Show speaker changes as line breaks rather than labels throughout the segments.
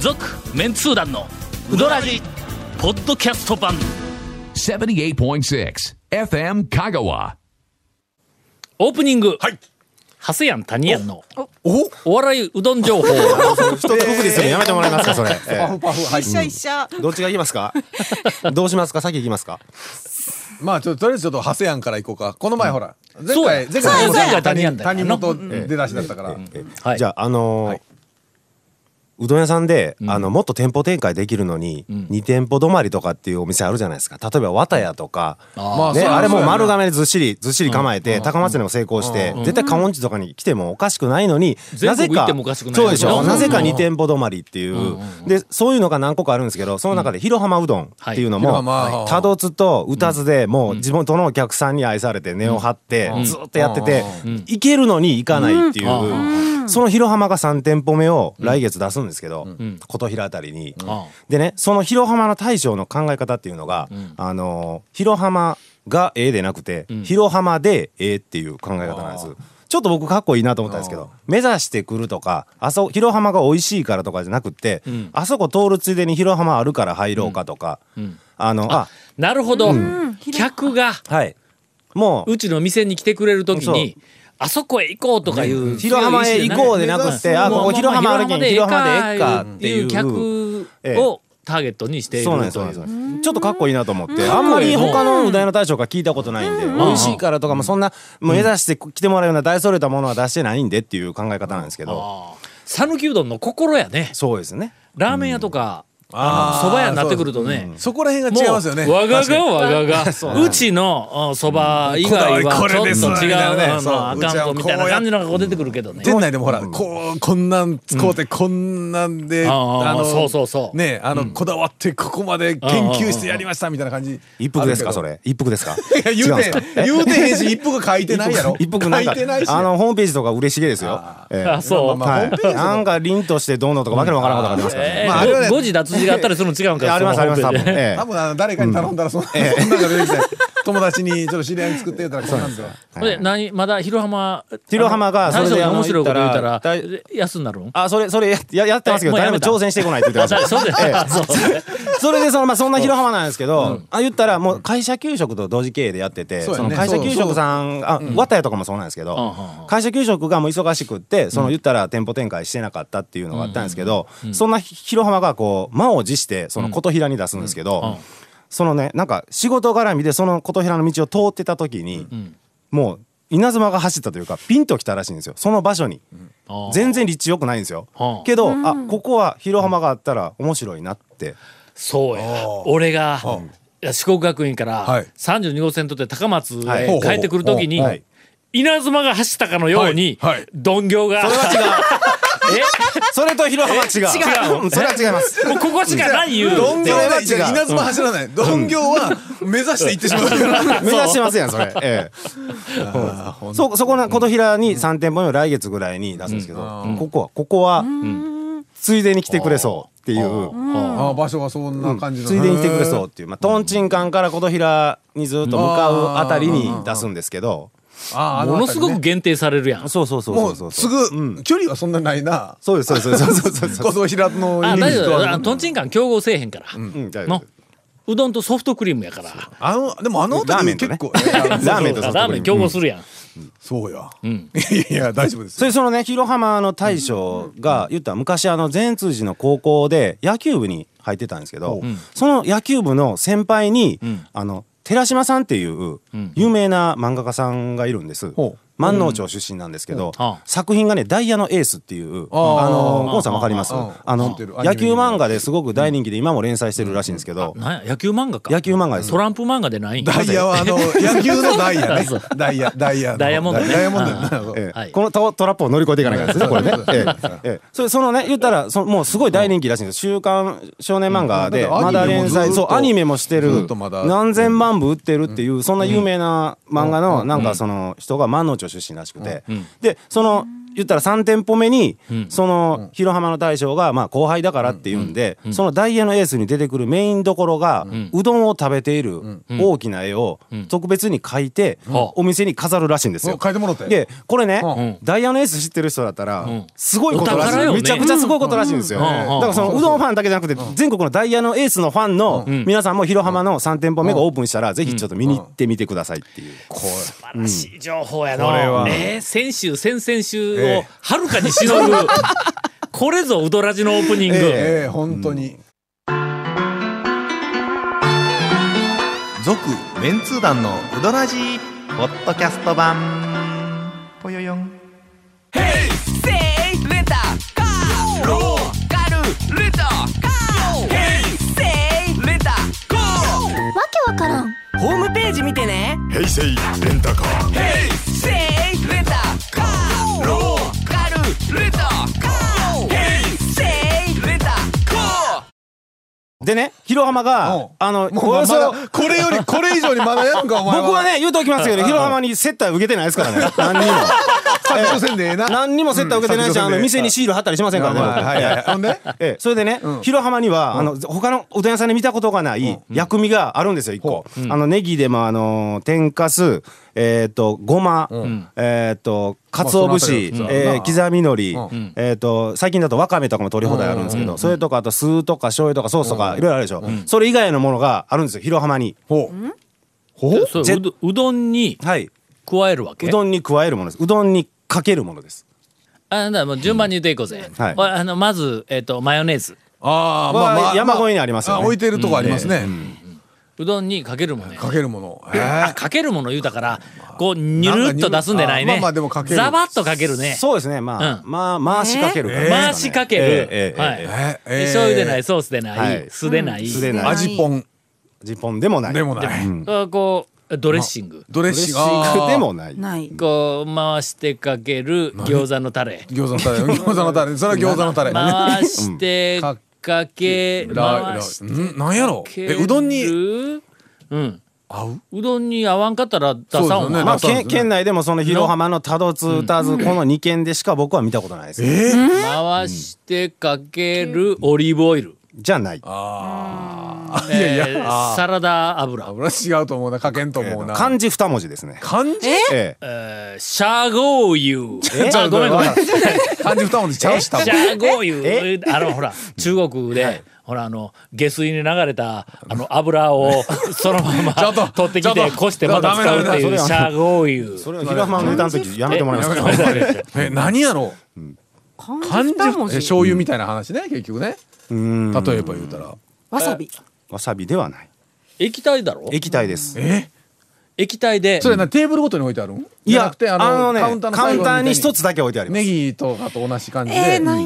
続メンツー団のウドラジポッドキャスト版
78.6 FM Kagawa.
オープニング、
はい。
ハスヤン谷ヤンの
お
お笑いうどん情報
人手くくりするのやめてもらえます か、それ。え
一緒一緒。
えどっちが行きますかどうしますか先行きますか
まあちょっととりあえずちょっとハセヤンから行こうかこの前ほら前
そうや
回前回
そうや前回谷やんだよ
谷本出だしだったから
はい
じゃあ、あのー、うどん屋さんで、あの、もっと店舗展開できるのに、2店舗止まりとかっていうお店あるじゃないですか。例えば、綿屋とか、
まあ
ね、
そら
あれも
そううやな
丸亀でずっしり、ずっしり構えて、高松でも成功して、絶対観音寺とかに来てもおかしくないのに、
全国行ってもおかしくない
そうでしょ。
うん
なぜか2店舗止まりっていう。で、そういうのが何個かあるんですけど、その中で広浜うどんっていうの
は
も
い広浜、
多度津と歌津でもう自分とのお客さんに愛されて根を張って、ずっとやってて、行けるのに行かないっていう。その広浜が3店舗目を来月出すんですけど、琴平あたりに。でねその広浜の大将の考え方っていうのが、あのー広浜がええでなくて、広浜でええっていう考え方なんですちょっと僕かっこいいなと思ったんですけど目指してくるとかあそ広浜が美味しいからとかじゃなくって、あそこ通るついでに広浜あるから入ろうかとか、あのあ
なるほど、客が
はいもう
うちの店に来てくれるときに
そ
あそこへ行こうとかいう、
広浜へ行こうでなくって、
うん
あここ広浜あるけん広浜でええか
っ
ってて
い
いうう
客
え
を
え
ターゲットにしている
そうなんです
と
そう
い
なん
う
ですちょっとかっこいいなと思ってあんまり他のうだいの大将が聞いたことないんで美味しいからとかもそんなもう目指して来てもらうような大それたものは出してないんでっていう考え方なんですけど
讃岐うどんの心やね
そうですね
ラーメン屋とか
あー
そば屋になってくるとね
そこら辺
も
が違いうますよね
わが
確か
が
に
わががうちのそば以外は
こだわりこれです
ちょっと違う
みたいなね
あ
そう
のあかんぞみたいな感じのがこう出てくるけどね
店内でもほらこうこんなん使うてこんなんで
ああそうそうそう
ねあのこだわってここまで研究してやりましたみたいな感じ
一服ですかそ
れ
れ一服ですか違
言
うん
う
です
て
か
言うてへんし一服書いてないやろ
一服なん
書
か
いてないし
あのホームページとか嬉しげですよええ
あそう
まあまあ
は
ホームペー
いなんか凛としてどうのとかわけのわからんことがありますからね
えー
まああれはね
ご誤字脱字があったりするの違うん
ええ
か
ありますあります多分
ね
え
多分あの誰かに頼んだらそんなそんなんが出てきて友達にちょっと知り合いに作ってたらこんなんで
ほんで何まだ広浜
広浜が
あの
それで
大将が面白いこと言うたら
あの言った
で安になるん
えあそれそれやややってますけど
えもう
誰
やめ
も
た
挑戦してこないって言って ま
あ
す
そうだよそう
それでそのまあそんな広浜なんですけど、あ言ったらもう会社給食と同時経営でやってて、
そう
そ
やね
の会社給食さんあ綿谷とかもそうなんですけど、会社給食がもう忙しくってその言ったら店舗展開してなかったっていうのがあったんですけど、そんな広浜がこう満を持してその琴平に出すんですけど、そのねなんか仕事絡みでその琴平の道を通ってた時に、もう稲妻が走ったというかピンときたらしいんですよその場所に。
あー
全然立地良くないんですよ
ああ。
けど、あここは広浜があったら面白いなって。
そうや俺が四国学院から
はい
32号線取って高松
はい
へ帰ってくるときに
はい
稲妻が走ったかのように
はいはい
鈍行がえ
それと広浜は違う。
違う
うんそれは違います。
もう ここしかない言う
どんぎょうは
全然違う
稲妻走らないどんぎょうは目指して行ってしまう
目指してますやんそれ。ええ。そそこの琴平に三店舗目を来月ぐらいに出すんですけど、ここはここはついでに来てくれそうっていう。
ああ場所はそんな感じの
ついでに来てくれそうっていう、まあ、トンチンカンから琴平にずっと向かうあたりに出すんですけど、
あああ
も
辺りね
のすごく限定されるやん
そうそうそう
も
そうそうう
す
そう
ぐ距離はそんなないな
そうですそうですそうですそうです そう
こそ平野の
あ
イメー
大
ジ
丈
と
夫
は
あのトンチンカン競合せえへんから
うん大丈夫
のうどんとソフトクリームやから
あのでもあの辺り結構
ラーメン
そう
とソフトクリーム
かラーメン競合するやん
そうやいやいや大丈夫です
それでそのね広浜の大将が言ったら昔あの善通寺の高校で野球部に入ってたんですけど、その野球部の先輩に、あの寺島さんっていう有名な漫画家さんがいるんです。
ほう
万能町出身なんですけど、
うんあ
作品がね「ダイヤのエース」っていう
あー
あのゴンさんわかります
うん
あの
知ってる
野球漫画ですごく大人気で今も連載してるらしいんですけど
なんや野球漫画か
野球漫画です
トランプ漫画でないん
ダイヤはあ の野球のダイヤねダイヤダイヤの
ダイヤモンドね
ダイヤモンドやな
ええ
はい
このトトラップを乗り越えていかないからですね、これね。ええええそれそのね、言ったら、そもうすごい大人気らしいんですよ。週刊少年漫画で、
うんだって
まだ連載、
アニメもずっと
そう、アニメもして
ずっ
る
とま、だ
何千万部売ってるっていう、そんな有名な漫画の、なんかその人が万能町出身らしくて、で、その、言ったら3店舗目に、その広浜の大将がまあ後輩だからっていうんで、そのダイエーのエースに出てくるメインどころが、うどんを食べている大きな絵を特別に描いて、お店に飾るらしいんですよ
お。書いてもろて
でこれね、
うん
ダイヤのエース知ってる人だったら、
ん
すごいことら
お
しい、
宝よね
めちゃくちゃすごいことらしいんですよ、
うんうん
だからそのうどんファンだけじゃなくて、全国のダイヤのエースのファンの皆さんも広浜の3店舗目がオープンしたら、ぜひちょっと見に行ってみてくださいっていう、
素晴らしい情報や
これ
な
は
えー先週先々週
え
を
え
はるかにしのぐこれぞウドラジのオープニング、
ええ本当に
続メンツー団のウドラジーポッドキャスト版ぽよよん
せいレンタカーローカルレンタカーヘイセイレンタカーわけわからんホームページ見てねヘイセイレンタカーヘイセイレンタカーローカルレンタカーヘイセイレンタカー
でね広浜
うん
があの
もう
およそ
まだこれよりこれ以上にまだやるんかお前は
僕はね言うときますけど広浜に接待受けてないですからね 何にも
削除せんでええな
何にも接待受けてないし、
うん
あの店にシール貼ったりしませんからね、僕
はいはいはいほんで
ええ、それでね、広浜には、あの他のうどん屋さんで見たことがない薬味があるんですよ一個、あのネギでもあの天かすえっ、とごま、えっ、と鰹節、
まあその辺りは普通やな
えー刻み海
う
苔、えっ、と最近だとわかめとかも取り放題あるんですけど、それとかあと酢とか醤油とかソースとかいろいろあるでしょ、それ以外のものがあるんですよ広浜に
ほう
でそれ
ぜ
うどうどんに
はいう
加えるわけ
どんに加えるものですうどんにかけるものです
あなんだもう順番に言っていこうぜ、
はい
おあのまず、えっとマヨネーズ
ああまあまあ
山越えにありますよね
置いてるとこありますね
うどんにかけるもんね
かけるものえ
あ
え
かけるもの言うたからこうにゅるっと出すんでないね
あまあまあでもかける
ざばっとかけるね
そうですねまあ、
うん
まあ回しかける感じですね
回しかけ
え
る、
えええ
はい
ええ
ええ
で醤油でないソースでない、
はい
酢でない、
素でない
味ぽん
ジポンでもない。
でもない
うん
あこうドレッシング、
ドレッ
ドレッ
シ
シ
ングあ
ング
ー
でもない。
ない。
こう回してかける餃子のタレ
餃子のタレ餃子のタレそれは餃子のタレ
回してかけ
ら
回して
んなんやろ
け
え
る
うどんに
うん
合う
うどんに合わんかったら出さん
そう
わ
ですよね
まあ、
出さん
県県内でもその広浜の多度津歌津この2県でしか僕は見たことないです、
ええ
回してかけるオリーブオイル、
じゃない
あーい
え
やい
ー
やあー
サラダ油、
俺は違うと思うなかけんと思うな
漢字2文字ですね
漢字
ええ
えーシャゴーユー
え
ちょごめんごめん
漢字二文字ちゃうし多
シ
分
ャゴーユーあのほら中国で、ほらあの下水に流れたあの油 をそのまま
ちょっと
取ってき
ちょ
て
っと
こしてまた使うって
ダ
い
メ
う
ダメ
シャゴーユー
それを広浜のネタの時 やめてもらえますか
え何やろう漢
漢
字二
字二
文
文
字え
字。
醤油みたいな話ね結局ね
うん
例えば言うたら
わさび。
わさびではない
液体だろ
液体です
え
液体で
それなテーブルごとに置いてあるん
い
じゃ
や
なくてあの
ね
カウンターの
カウ
最
ン
後
ターに一
み
つだけ置いてあ
た
り
いに
ます
ネギとかと同じ感じで
えー、ない。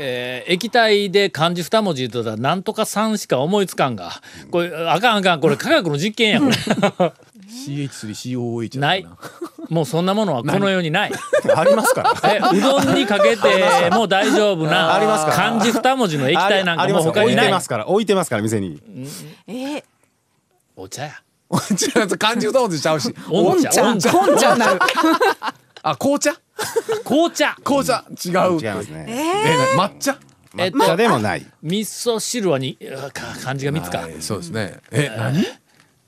えー液体で漢字二文字言うとったらなんとか三しか思いつかんがこれあかんあかんこれ科学の実験やこ れ
CH3COOH
ないもうそんなものはこの世にない
ありますから
えうどんにかけても大丈夫な
ありますから
漢字二文字の液体なん
あ
か
り
も
ま
う
す
他
から
に
置い
な
て
い
ますから置いてますから店に
えー、
お茶や
違う漢字二 文字ちゃうし
おん
ちゃ
お
ん、
ん茶
こんちゃんなる。
あ紅茶
紅茶
紅茶違う
違いますね
えーな抹茶
えっと
抹茶でもない
味噌汁はにあか漢字が三つか
はいそうですねえ何ちょっ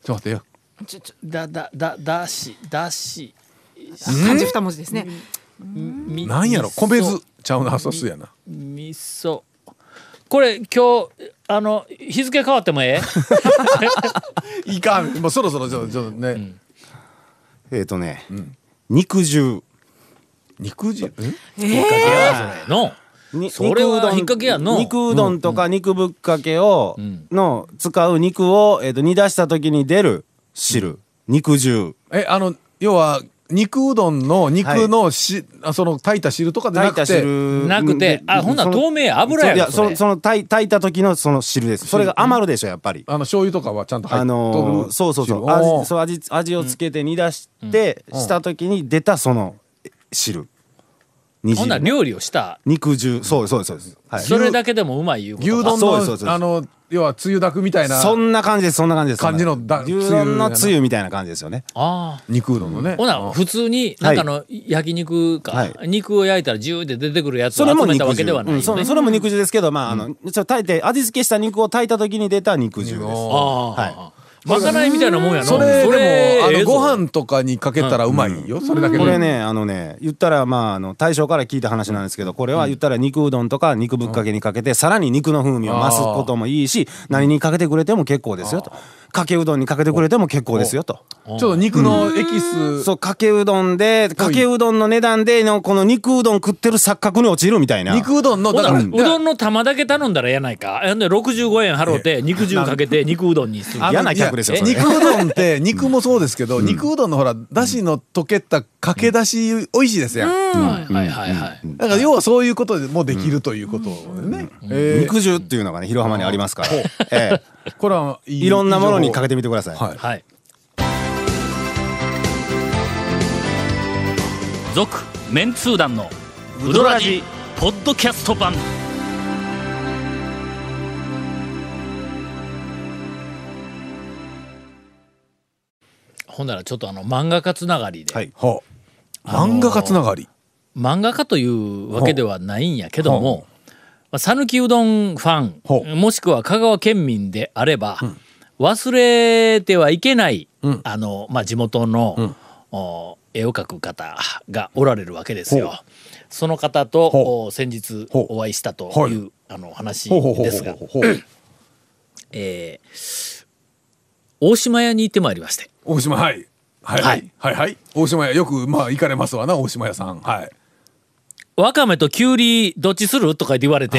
と待ってよ
ちょちょだだだだしだし
漢字二文字ですね。
み
なんやろ
味噌
米酢ちゃうなそうすやな
味噌これ今日あの日付変わってもええ
いかんもうそろそろちょっとちょっとね
えっ、とね、肉汁
肉汁ん
の
に
それは
肉う
引
どん
っ掛けやの
肉うどんとか肉ぶっかけを、
ん
の使う肉を、えー、と煮出した時に出る汁、肉汁
えあの要は肉うどんの肉のし、あその炊いた汁とかでない
炊た
くて
汁
なくてあほんなら
その
透明や油や
いや
そ
そ
れ
のその炊い炊いた時のその汁ですそれが余るでしょやっぱり、
あの醤油とかはちゃんと入っ
あ
とる、
のーそうそうそう
汁お
味
ー
そう味味をつけて煮出して、した時に出たそのえ汁煮
ほんなら
汁
料理をした
肉汁そうですそうですそうです、はい、
それだけでもうまいいうこ
牛
と
丼
そうですそうです
のあの要はつゆだくみたいな
そんな感じですそんな感じです
感じのだ
牛丼のつゆみたいな感じですよね
ああ
肉うどんのね
ほな普通になんかあの焼肉か、
はい
肉を焼いたらジューって出てくるやつ
そ
を
れも
集め
肉
たわけで
汁、
はないよ
う
ね、
ん、そそれも肉汁ですけど、まああのちょっと炊いて味付けした肉を炊いた時に出た肉汁です
ああ、まかないみたいなもんやの
それでもあ
ええ
の
ぞ
ご飯とかにかけたらうまいよそれだけで
これねあのね言ったらまああの大将から聞いた話なんですけどこれは言ったら肉うどんとか肉ぶっかけにかけてさらに肉の風味を増すこともいいし何にかけてくれても結構ですよとかけうどんにかけてくれても結構ですよと
ちょっと肉のエキス
そうかけうどんでかけうどんの値段でのこの肉うどん食ってる錯覚に陥るみたいな
肉うどんの
ほ
だ
な
から
うどんの玉だけ頼んだらやないかほんで65円払うて肉汁かけて肉うどんにする
嫌な客です
い
よそ
や
れ
肉うどんって肉もそうですけど、肉うどんのほらだしの溶けたかけだし美味しいですやん、
はいはいはいはい
だから要はそういうことでもできるということね、えー
肉汁っていうのがね広浜にありますからええ
これはいい
いろんなものにかけてみてください
はい
はい続メンツー団のウドラジポッドキャスト版ほんならちょっとあの漫画家つながりで、
はい
はあ漫画家つながり、
漫画家というわけではないんやけどもまあ讃岐うどんフ
ほ
ァ
う
ンもしくは香川県民であれば、忘れてはいけない、あのまあ、地元の、お絵を描く方がおられるわけですよ。その方と
ほう
お先日
ほう
お会いしたという、
はい
あのお話
ほうほうほう
です
ほ
が
う、ほうほう
えー大島屋に行ってまいりまして
大島はいはい
は
はいいはいはい大島屋よくまあ行かれますわな大島屋さんはい
「わかめときゅうりどっちする?」とか言われ て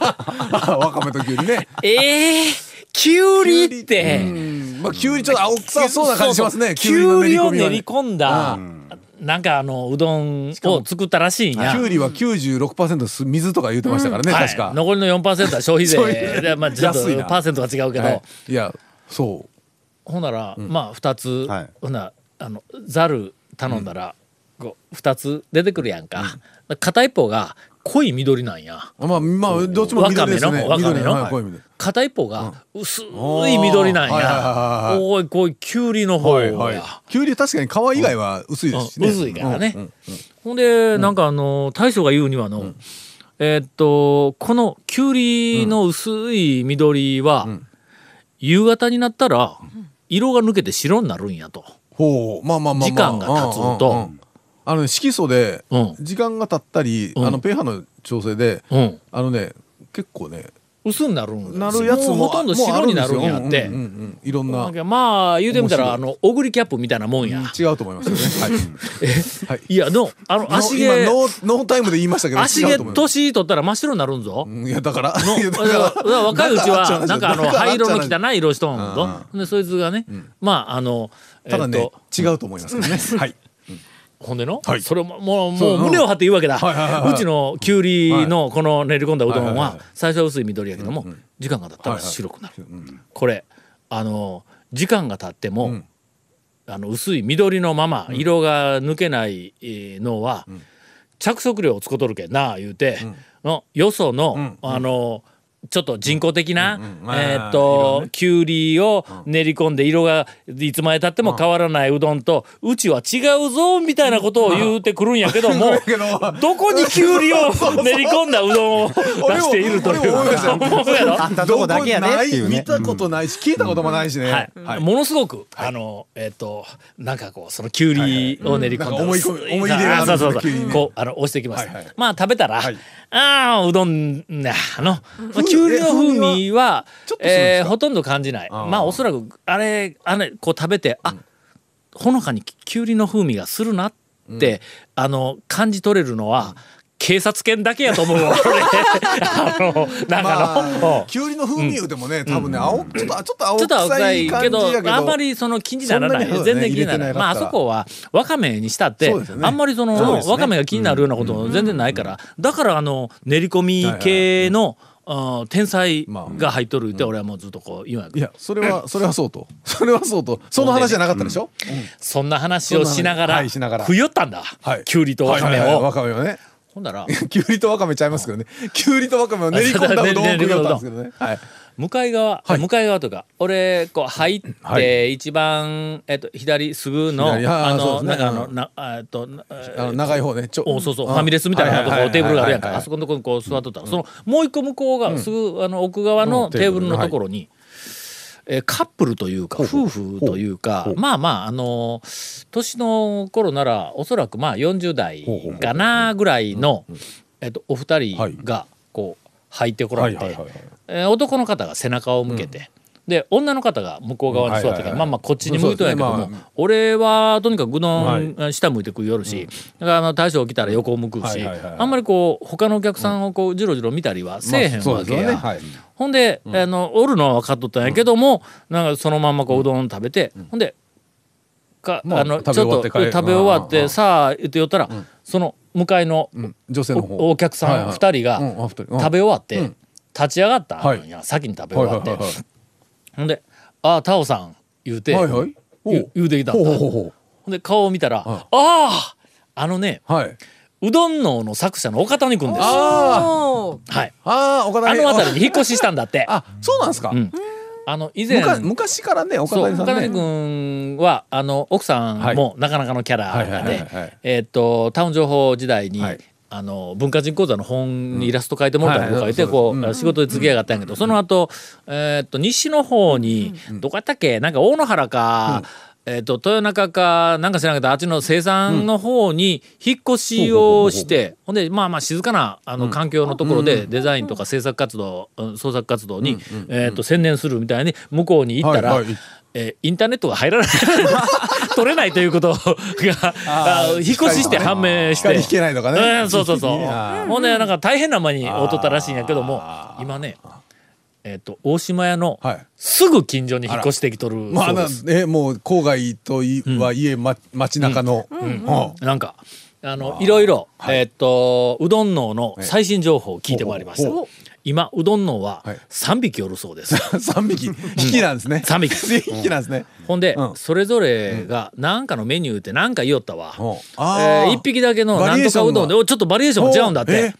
あわかめときゅうりね
「えー、きゅうりって!」
うんまあきゅうりちょっと青臭そうな感じしますね
きゅうりを
の
練り
り込
込んだ、なんかあのうどんを作ったらしいん
みは
や。
ねきゅうりは96%す水とか言ってましたからね、
はい
確か、
残りの4%は消費
消費
税
税
で、まあ、ちょっと
安いな
パーセントは違うけど、
はいいやそう
ほんなら、まあ2つ、
はい
ほんならあのざる頼んだら、こう2つ出てくるやんか、片一方が濃い緑なんや
まあまあどっちも
わか
緑
め
です
の
ね。
わかめ
緑
の、
はいこういう意味で
片一方が薄い緑なん
はいはい
や、
はいはい
おいこいきゅうりの方
は
や、
いはい。きゅうり確かに皮以外は薄いですしね。
うん薄いからね。ほんで、なんかあの大将が言うにはの、えーっとこのきゅうりの薄い緑は、夕方になったら色が抜けて白になるんやと。
ほうまあまあまあまあ
時間が経つと
うんうんうんあのね色素で
うん
時間が経ったり
ん
あの pH の調整で
うん
あのね結構ね
薄になるんです
なるやつも
うほとんど白になるんやっ
も
て
うあ。んですようんうんうんうんいろん
な
なん
かまあ言うてみたらあのオグリキャップみたいなもんや。
違うと思います よね。はいはい。
いやのあの足
今
毛
ノーノータイムで言いましたけど
足
違う
毛
と思います。
年取ったら真っ白になるんぞ。
うんいやだから いや
だからだから若いうちはなんかあの灰色の
た
汚い色しとんぞでそいつがねまああのえ
ただ
っ
ね
と
違うと思いますけどね。 はい。
ほんでの
はい
それももう
そう
も
な
う
の
胸を張って言うわけだ
はいはいはいはいう
ちのきゅうりのこの練り込んだうど
は
ん
いはいは
はい最初は薄い緑やけども時間が経ったら白くなるこれあの時間が経っても
ん
あの薄い緑のまま色が抜けないえーのは着色料をつことるけんな言うてのよそのあのちょっと人工的な
うん
えーっ
あー色
と
ね
きゅうりを練り込んで色がいつまでたっても変わらないうどんとうちは違うぞみたいなことを言うてくるんやけ ども
けど
どこにきゅうりを練り込んだうどんを出しているという
俺も俺も思いました よ
思うやろ
あんたとこだけやねっていうね
どこない見たことないし、聞いたこともないしね。
はいものすごく、あのえっ、となんかこうそのきゅうりを練り込んだ、
うんなんか思い込み思い入れが
あ
ある
そうそうそ
きゅうり
う
に
こうあの押してきました、
はいはい
まあ食べたら、
はい
ああうどんなあの、まあ、
風
きゅうりの風味は
ちょっとするんで
え
す
ー
か
ほとんど感じない
あー
まあおそらくあれあれこう食べてあ、ほのかにきゅうりの風味がするなって、あの感じ取れるのは、警察犬だけやと思うわ 俺あのなんかの、
まあ、きゅうりの風味でもね、多分ね、青、ちょっと、ちょっと青
ちょっと
臭
臭
い
い
感
け
じ
ど
やけど。
あんまりその気にならない、
そんなにはね
全然気にならない
入れてなかった
まああそこはわかめにしたって、
そうですよね
あんまりその
そうですね
わかめが気になるようなこと全然ないから、だからあの練り込み系の、あー天才が入っとるって俺はもうずっとこう言うんやけ
い
ど、
や、それは、それはそうと。それはそうと。その話じゃなかったでしょ、
そんな話をしながら
はいしながら
食いよったんだ、
はい
きゅうりとわかめを、
はいはいはいわかめをね。
ほんなら
きゅうりとわかめちゃいますけどね きゅうりとわかめを練り込んだうどんを食いよったんですけどねはい
向かい側、向かい側とか俺こう入って一番、えっと、左すぐの
左あー
あの
そうで
な
すね
んかあのなあえっとな
あの長い方ねちょ
おそうそうファミレスみたいなところテーブルがあるやんかあそ
こ
このところにこう座っとったらそのもう一個向こうがすぐあの奥側の
うんテ
テー
ー
ブ
ブ
ル
ル
の
の
ところにえーカップルというか夫婦というかまあまああのー年の頃ならおそらくまあ40代かなぐらいのえっとお二人がこう入ってこら
は
れ
いはいはい
て
はい
えー男の方が背中を向けて、で女の方が向こう側に座って
うんはいはい
て、
はい
まあまあこっちに向いとんやけど
そうで
も、
すねま
俺はとにかくうどん、
は
下向いて食いよるし、だからあの大将来たら横を向くし、
はいはいはい
あんまりこう他のお客さんをこうじろじろ見たりはせえへん
そう
わ
です
け
よ
や、
ねはい
ほんで、あのおるのは分かっとったんやけども、なんかそのまんまこううどん食べて、ほんでか、
まあ
あのちょっと
食べ終わっ
食
て
べ
帰る
終わっ
うんうんう
て
ん
さあ言って寄ったら、その向かいの
うん女性の方
おお客さん2人が
うんあ二人うん
食べ終わって
うん
立ち上がった
はい
んや先に食べ
は
終
いは
わ
い
っ
はい
てほんで「ああタオさん」言うて
はいはいおう
言う言うてきたん
ほう
だ
ほうほう
ほ
ほ
んで顔を見たら「あ
ん
ああのね
うはい
うどんのの作者の岡谷君です」
あ
おー
はい
あああ岡田
あの辺りに引っ越ししたんだって
あそうなんですか
うんあの以前
昔昔からね岡
そう
田さ
岡
んね
谷君はあの奥さんもなかなかのキャ
はいは
ラ
い
で
はいはいはい
えーっとタウン情報時代に、
はい
あの文化人講座の本にイラスト描いてもらったりとか書いて、
はいはい
こう、
そう
仕事で付き合いがあったんやけど、その後、えーっと西の方に、どこやったっけなんか大野原か、えーっと豊中かなんか知らんけどあっちの生産の方に引っ越しをして、ほんでまあまあ静かなあの環境のところでデザインとか制作活動、うん創作活動に、えーっと専念するみたいに向こうに行ったら、
はいはい
えーインターネットが入らない取れないということがあ引っ越しして判明して
光引けないのかね
うんそうそうそう
いやー
ほんでなんか大変な間におとったらしいんやけども今ねえっと大島屋の
はい
すぐ近所に引っ越してきとる
ま
そ
あ
う
な
です
えもう郊外といはいえま街中のうん
なんかあのいろいろえっとうどんのの最新情報を聞いてまいりました
ほうほう
今うどんのは
はい
3匹おるそうです
三匹引きなん ですね。
三匹
引きなんですね。
ほんで
うん
それぞれが何かのメニューって何か言おったわ
うん
え
あ
ー、1匹だけのな
バ
ん
リエ
と
ーシ
か
ョンが
うどんでおちょっとバリエーションが違うんだって、
え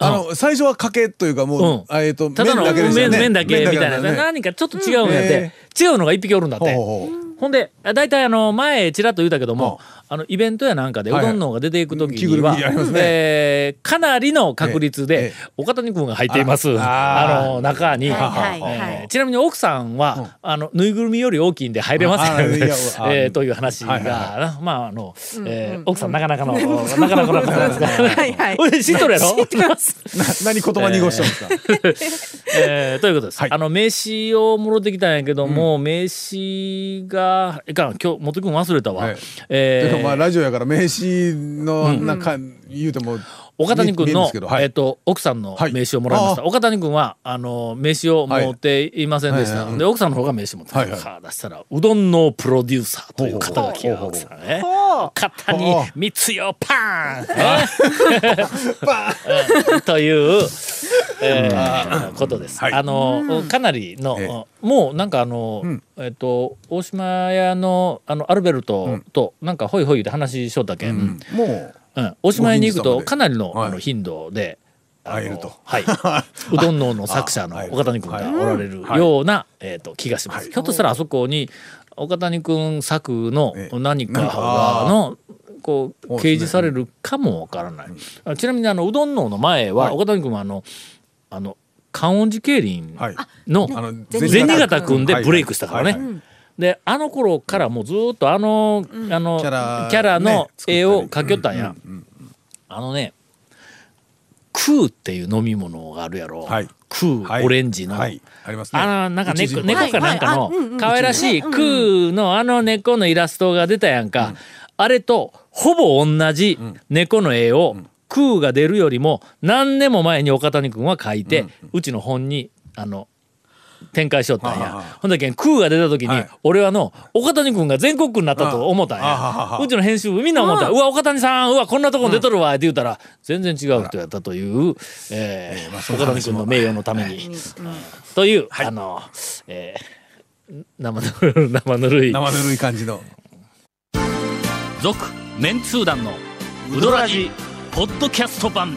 あの最初はかけというかもう
うん
あえっと
ただの
麺だけですよ
麺
ね。
麺だけみたいな、
麺だけなんで
何かちょっと違うんやって、
うんえ
違うのが1匹おるんだっ
すね
て。
ほうほうほ
ほんであ大体あの前ちらっと言ったけども、あのイベントやなんかでう
はい
ど
はい
んのが出ていく時
着ぐ
に
る
は、
みありますね
えーかなりの確率
ええ
で
え
岡谷君が入っていますあ
あ
の中に、
はいはいは
えー
い。
ちなみに奥さんは、あのぬいぐるみより大きいんで入れません、
ああいや あ
えーという話が、
はいはい
まああの、え
うんう
ー
ん
奥さんなかなかの、 なかなかの方ですからね。
はいはい
おい知っとるやろ
うな何言葉濁しとんですか。
えーということです。
はい
あの名刺をもろてきたんやけども、名刺がいかん今日元君忘れたわ。
はい
え
て
ー
かまあラジオやから名刺のなんか言うても
岡谷君
見えるんで
の
すけどはい
えっと奥さんの
はい
名刺をもらいました。
あ
岡谷君はあの名刺を持っていませんでした。
はいはいはい
で奥さんの方が名刺持ってた、
はいはい
さあ出したらうどんのプロデューサーという肩書きが
ほう
奥さんね。
おー
肩に
ほう
三つよパーン。ねうんという。えーことです。
はい
あのかなりの、
え
もうなんかあの、
ん
えっと大島屋のあのアルベルトとなんかホイホイで話しよったけん、うん
もう
おしまいに行くと
ご近所様で
かなりの,、
はい
あの頻度で。あの
会えると
はい、 うどんのの作者の
あ会える
岡谷君が
はい
おられる
はい
ような、えっと気がします、ひょっとしたらあそこに岡谷君作の
ええ
何か
なんか
がのこう
そうですね
掲示されるかもわからない、あちなみにあのうどんのの前は、
はい
岡谷君はあのあの観音寺競輪
はい
の
あの
銭形
く
君でブレイクしたから
はいはい
ね。であの頃からもうずーっとあの,、あのキ
キャラ
ャラの
ね作ったり
絵を描きよったんや。あのね空っていう飲み物があるやろ、
はいは
空
い
オレンジの。
はいありますね。
あのなんか
一
猫
時
猫かなんか
はいはいあうんう
の
ん
可愛らしい空のあの猫のイラストが出たやんか、あれとほぼ同じ猫の絵を空が出るよりも何年も前に岡谷君は描いて、うちの本にあの展開しよったん
あはは
やほんだけん空が出た時に、
はい
俺はの岡谷君が全国区になったと思ったん
あはは
や
は
うちの編集部みんな思った「うわ岡谷さんうわこんなとこに出とるわ」って言うたら全然違う人やったという、えー岡谷君の名誉のために。という、あの、えー、生ぬるい 生ぬるい
生ぬるい感じの
続メンツー団のウドラジポッドキャスト版